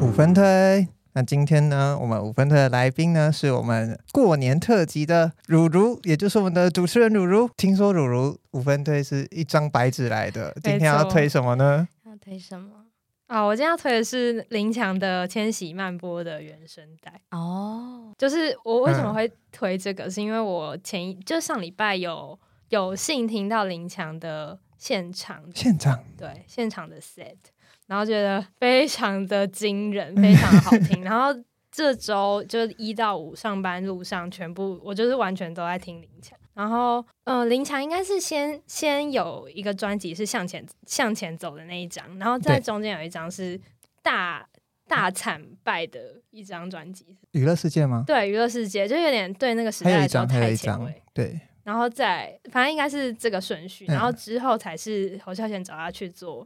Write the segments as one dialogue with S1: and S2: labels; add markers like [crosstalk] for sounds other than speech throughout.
S1: 五分推。那今天呢，我们五分推的来宾呢，是我们过年特辑的乳乳，也就是我们的主持人乳乳。听说乳乳五分推是一张白纸来的，今天要推什么呢？
S2: 要推什么？哦，我今天要推的是林强的《千禧曼波》的原声带。
S3: 哦，
S2: 就是我为什么会推这个，是因为我前一就上礼拜有有幸听到林强的现场，
S1: [laughs] 现场
S2: 对现场的 set，然后觉得非常的惊人，非常
S1: [laughs]
S2: 好听。然后这周就是一到五上班路上，全部我就是完全都在听林强。然后，嗯、林强应该是先先有一个专辑是向前向前走的那一张，然后在
S1: 对嗯
S2: 中间有一张是大大惨败的一张专辑，
S1: 娱乐世界吗？
S2: 对娱乐世界就有点对那个时
S1: 还
S2: 代
S1: 有一
S2: 来说
S1: 张，还有
S2: 太
S1: 一
S2: 前
S1: 张
S2: 卫，，
S1: 对，
S2: 然后再反正应该是这个顺序，
S1: 嗯
S2: 然后之后才是侯孝贤找他去做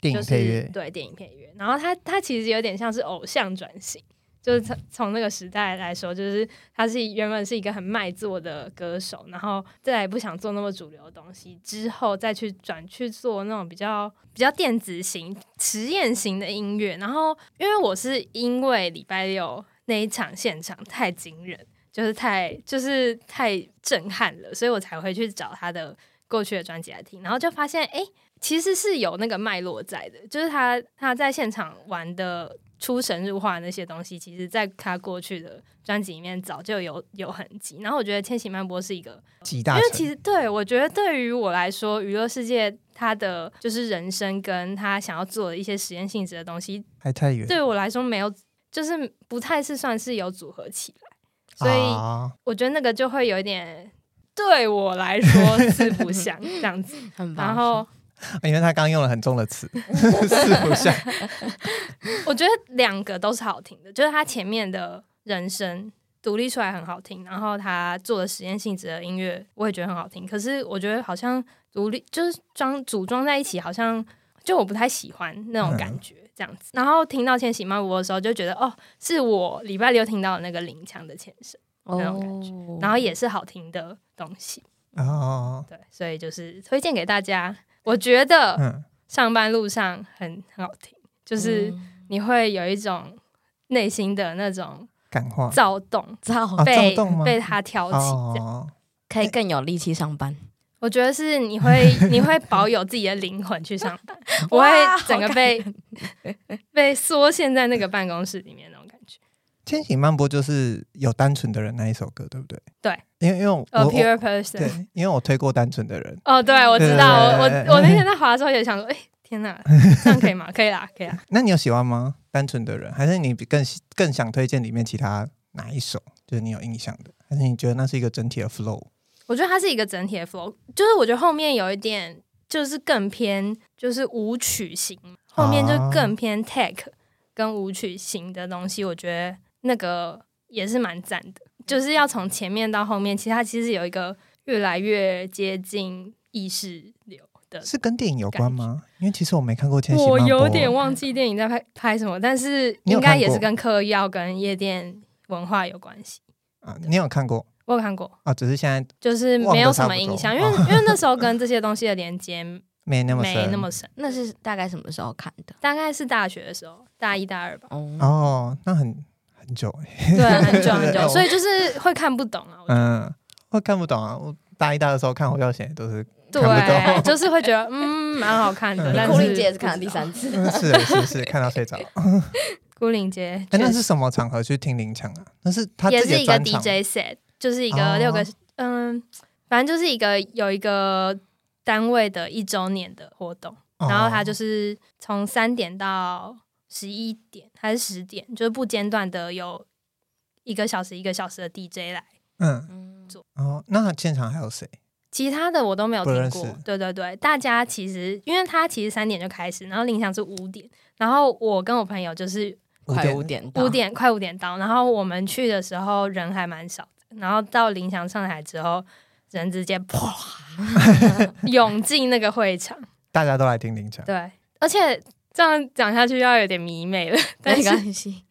S1: 电
S2: 就
S1: 影
S2: 是
S1: 配乐，
S2: 对电影配乐。然后他他其实有点像是偶像转型，就是从从那个时代来说，就是他是原本是一个很卖座的歌手，然后再也不想做那么主流的东西，之后再去转去做那种比较比较电子型、实验型的音乐。然后因为我是因为礼拜六那一场现场太惊人。就是太就是太震撼了，所以我才会去找他的过去的专辑来听，然后就发现哎、诶其实是有那个脉络在的，就是他他在现场玩的出神入化那些东西，其实在他过去的专辑里面早就有有痕迹。然后我觉得《千禧曼波》是一个，
S1: 极
S2: 因
S1: 大
S2: 为
S1: 成
S2: 其实对我觉得对于我来说，娱乐世界他的就是人生跟他想要做的一些实验性质的
S1: [laughs]
S2: 东西，
S1: 还太远，
S2: 对我来说没有，就是不太是算是有组合起来，所以
S1: 啊
S2: 我觉得那个就会有一点。对我来说四不像这样子，
S3: [laughs] 很棒。
S2: 然后
S1: 因为他刚用了很重的词， [laughs] 四不
S2: [laughs]
S1: 像，
S2: 我觉得两个都是好听的，就是他前面的人声独立出来很好听，然后他做的实验性质的音乐我也觉得很好听。可是我觉得好像独立就是装组装在一起，好像就我不太喜欢那种感觉。这样子，然后听到《千禧曼舞》的时候，就觉得哦，是我礼拜六听到的那个林强的前身，
S3: 哦，
S2: 那种感然后也是好听的东西，
S1: 哦，
S2: 对，所以就是推荐给大家。我觉得
S1: 嗯，
S2: 上班路上很很好听，就是
S3: 嗯
S2: 你会有一种内心的那种
S1: 感化
S2: 躁动，
S3: 造
S1: 啊
S2: 被
S1: 躁动吗
S2: 被他挑起。这样
S1: 哦，
S3: 可以更有力气上班，
S2: 我觉得是你会 [laughs] 你会保有自己的灵魂去上
S1: [laughs]
S2: 班，我会整个被 [laughs] 被缩陷在那个办公室里面那种感觉。
S1: 千禧曼波就是有单纯的人那一首歌，对不对？
S2: 对，
S1: 因为因为我
S2: 呃、
S1: 我
S2: p u r e person。
S1: 对，因为我推过单纯的人，
S2: 哦，对，我知道，我
S1: 对对对
S2: 我我那天在滑的时候也想说，哎、天哪，这样可
S1: [laughs]
S2: 以吗？可以啦，可以啦。
S1: 那你有喜欢吗？单纯的人，还是你更喜更想推荐里面其他哪一首？就是你有印象的，还是你觉得那是一个整体的 flow？
S2: 我觉得它是一个整体的 flow，就是我觉得后面有一点就是更偏就是舞曲型，后面就
S1: 啊
S2: 更偏 tech 跟舞曲型的东西，我觉得那个也是蛮赞的。就是要从前面到后面，其实它其实有一个越来越接近意识流的。
S1: 是跟电影有关吗？因为其实我没看过《千禧曼
S2: 呃我
S1: 波》，
S2: 有点忘记电影在拍拍什么，但是
S1: 你有
S2: 应
S1: 看
S2: 该
S1: 过
S2: 也是跟嗑药跟夜店文化有关系。
S1: 啊，你有看过
S2: 我有看过，
S1: 啊？只是现在
S2: 就是没有什么印象，因为
S1: 忘得差哦
S2: 因为那时候跟这些东西的连接
S1: 没那么
S2: 没
S1: 深，
S2: 那么深，
S3: 那是大概什么时候看的？，
S2: 大概是大学的时候，大一大
S1: [laughs]
S2: 二吧
S3: 哦，
S1: 哦，那很很久欸
S2: 对，很久很
S1: 对
S2: 久，所以就是会看不懂啊，我
S1: 嗯，我看不懂啊。我大一、大二的时候看侯孝贤都是，看不
S2: 对，就是会觉得嗯蛮好看的
S1: 嗯。
S2: 但
S3: 苦林姐也
S2: 是
S3: 是看了第，三次，
S1: 嗯是是是，看到睡
S2: [laughs]
S1: 着。
S2: 孤岭街
S1: 哎，那
S2: 确
S1: 是
S2: 实
S1: 什么场合去听林强啊？那是他
S2: 也
S1: 自己
S2: 是
S1: 的
S2: 一个
S1: 专场
S2: DJ set，就是一
S1: 哦
S2: 个六个嗯，反正就是一个有一个单位的一周年的活动，
S1: 哦
S2: 然后他就是从三点到十一点还是十点，就是不间断的有一个小时一个小时的 DJ 来。
S1: 嗯
S3: 嗯
S1: 哦，那现场还有谁？
S2: 其他的我都没有
S1: 不
S2: 听
S1: 认识
S2: 过。对对对，大家其实因为他其实三点就开始，然后林想是五点，然后我跟我朋友就是
S3: 快五点到，
S2: 五点、快五点到，然后我们去的时候人还蛮少的，然后到林翔上台之后，人直接啪涌进那个会场，
S1: 大家都来听林强。
S2: 对，而且这样讲下去要有点迷妹了，但
S3: 没
S2: 是
S3: 关系，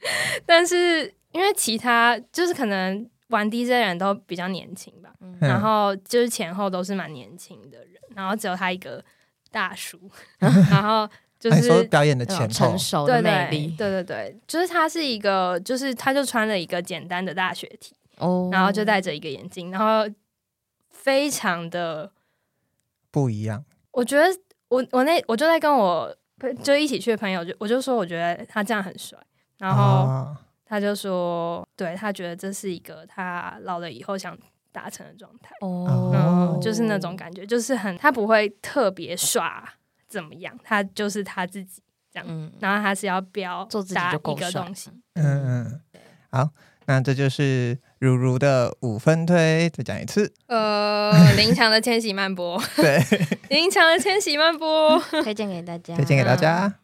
S2: 但是因为其他就是可能玩 DJ 的人都比较年轻吧，
S1: 嗯
S2: 然后就是前后都是蛮年轻的人，然后只有他一个大叔，然后就
S1: 哎那你说
S2: 是
S1: 表演的
S3: 那种
S1: 前后
S3: 成，熟
S2: 对啊
S3: 的
S2: 对
S3: 魅力
S2: 对对对，就是他是一个，就是他就穿了一个简单的大学 T，
S3: 哦
S2: 然后就戴着一个眼镜，然后非常的，
S1: 不一样。
S2: 我觉得我我那我就在跟我就一起去的朋友就我就说我觉得他这样很帅，然后
S1: 啊
S2: 他就说，对他觉得这是一个他老了以后想达成的状态，
S3: 哦
S2: 嗯，就是那种感觉，就是很他不会特别耍怎么样，他就是他自己，
S3: 嗯，
S2: 然后他是要标
S3: 做自己
S2: 打
S3: 就够
S2: 一个
S3: 帅
S2: 东西，
S1: 嗯嗯，好，那这就是如如的五分推，再讲一次。
S2: 呃，林强的千禧曼波，
S1: 对，
S2: [laughs] 林强的千禧曼波，
S3: 推荐给大家，
S1: 推荐给大家。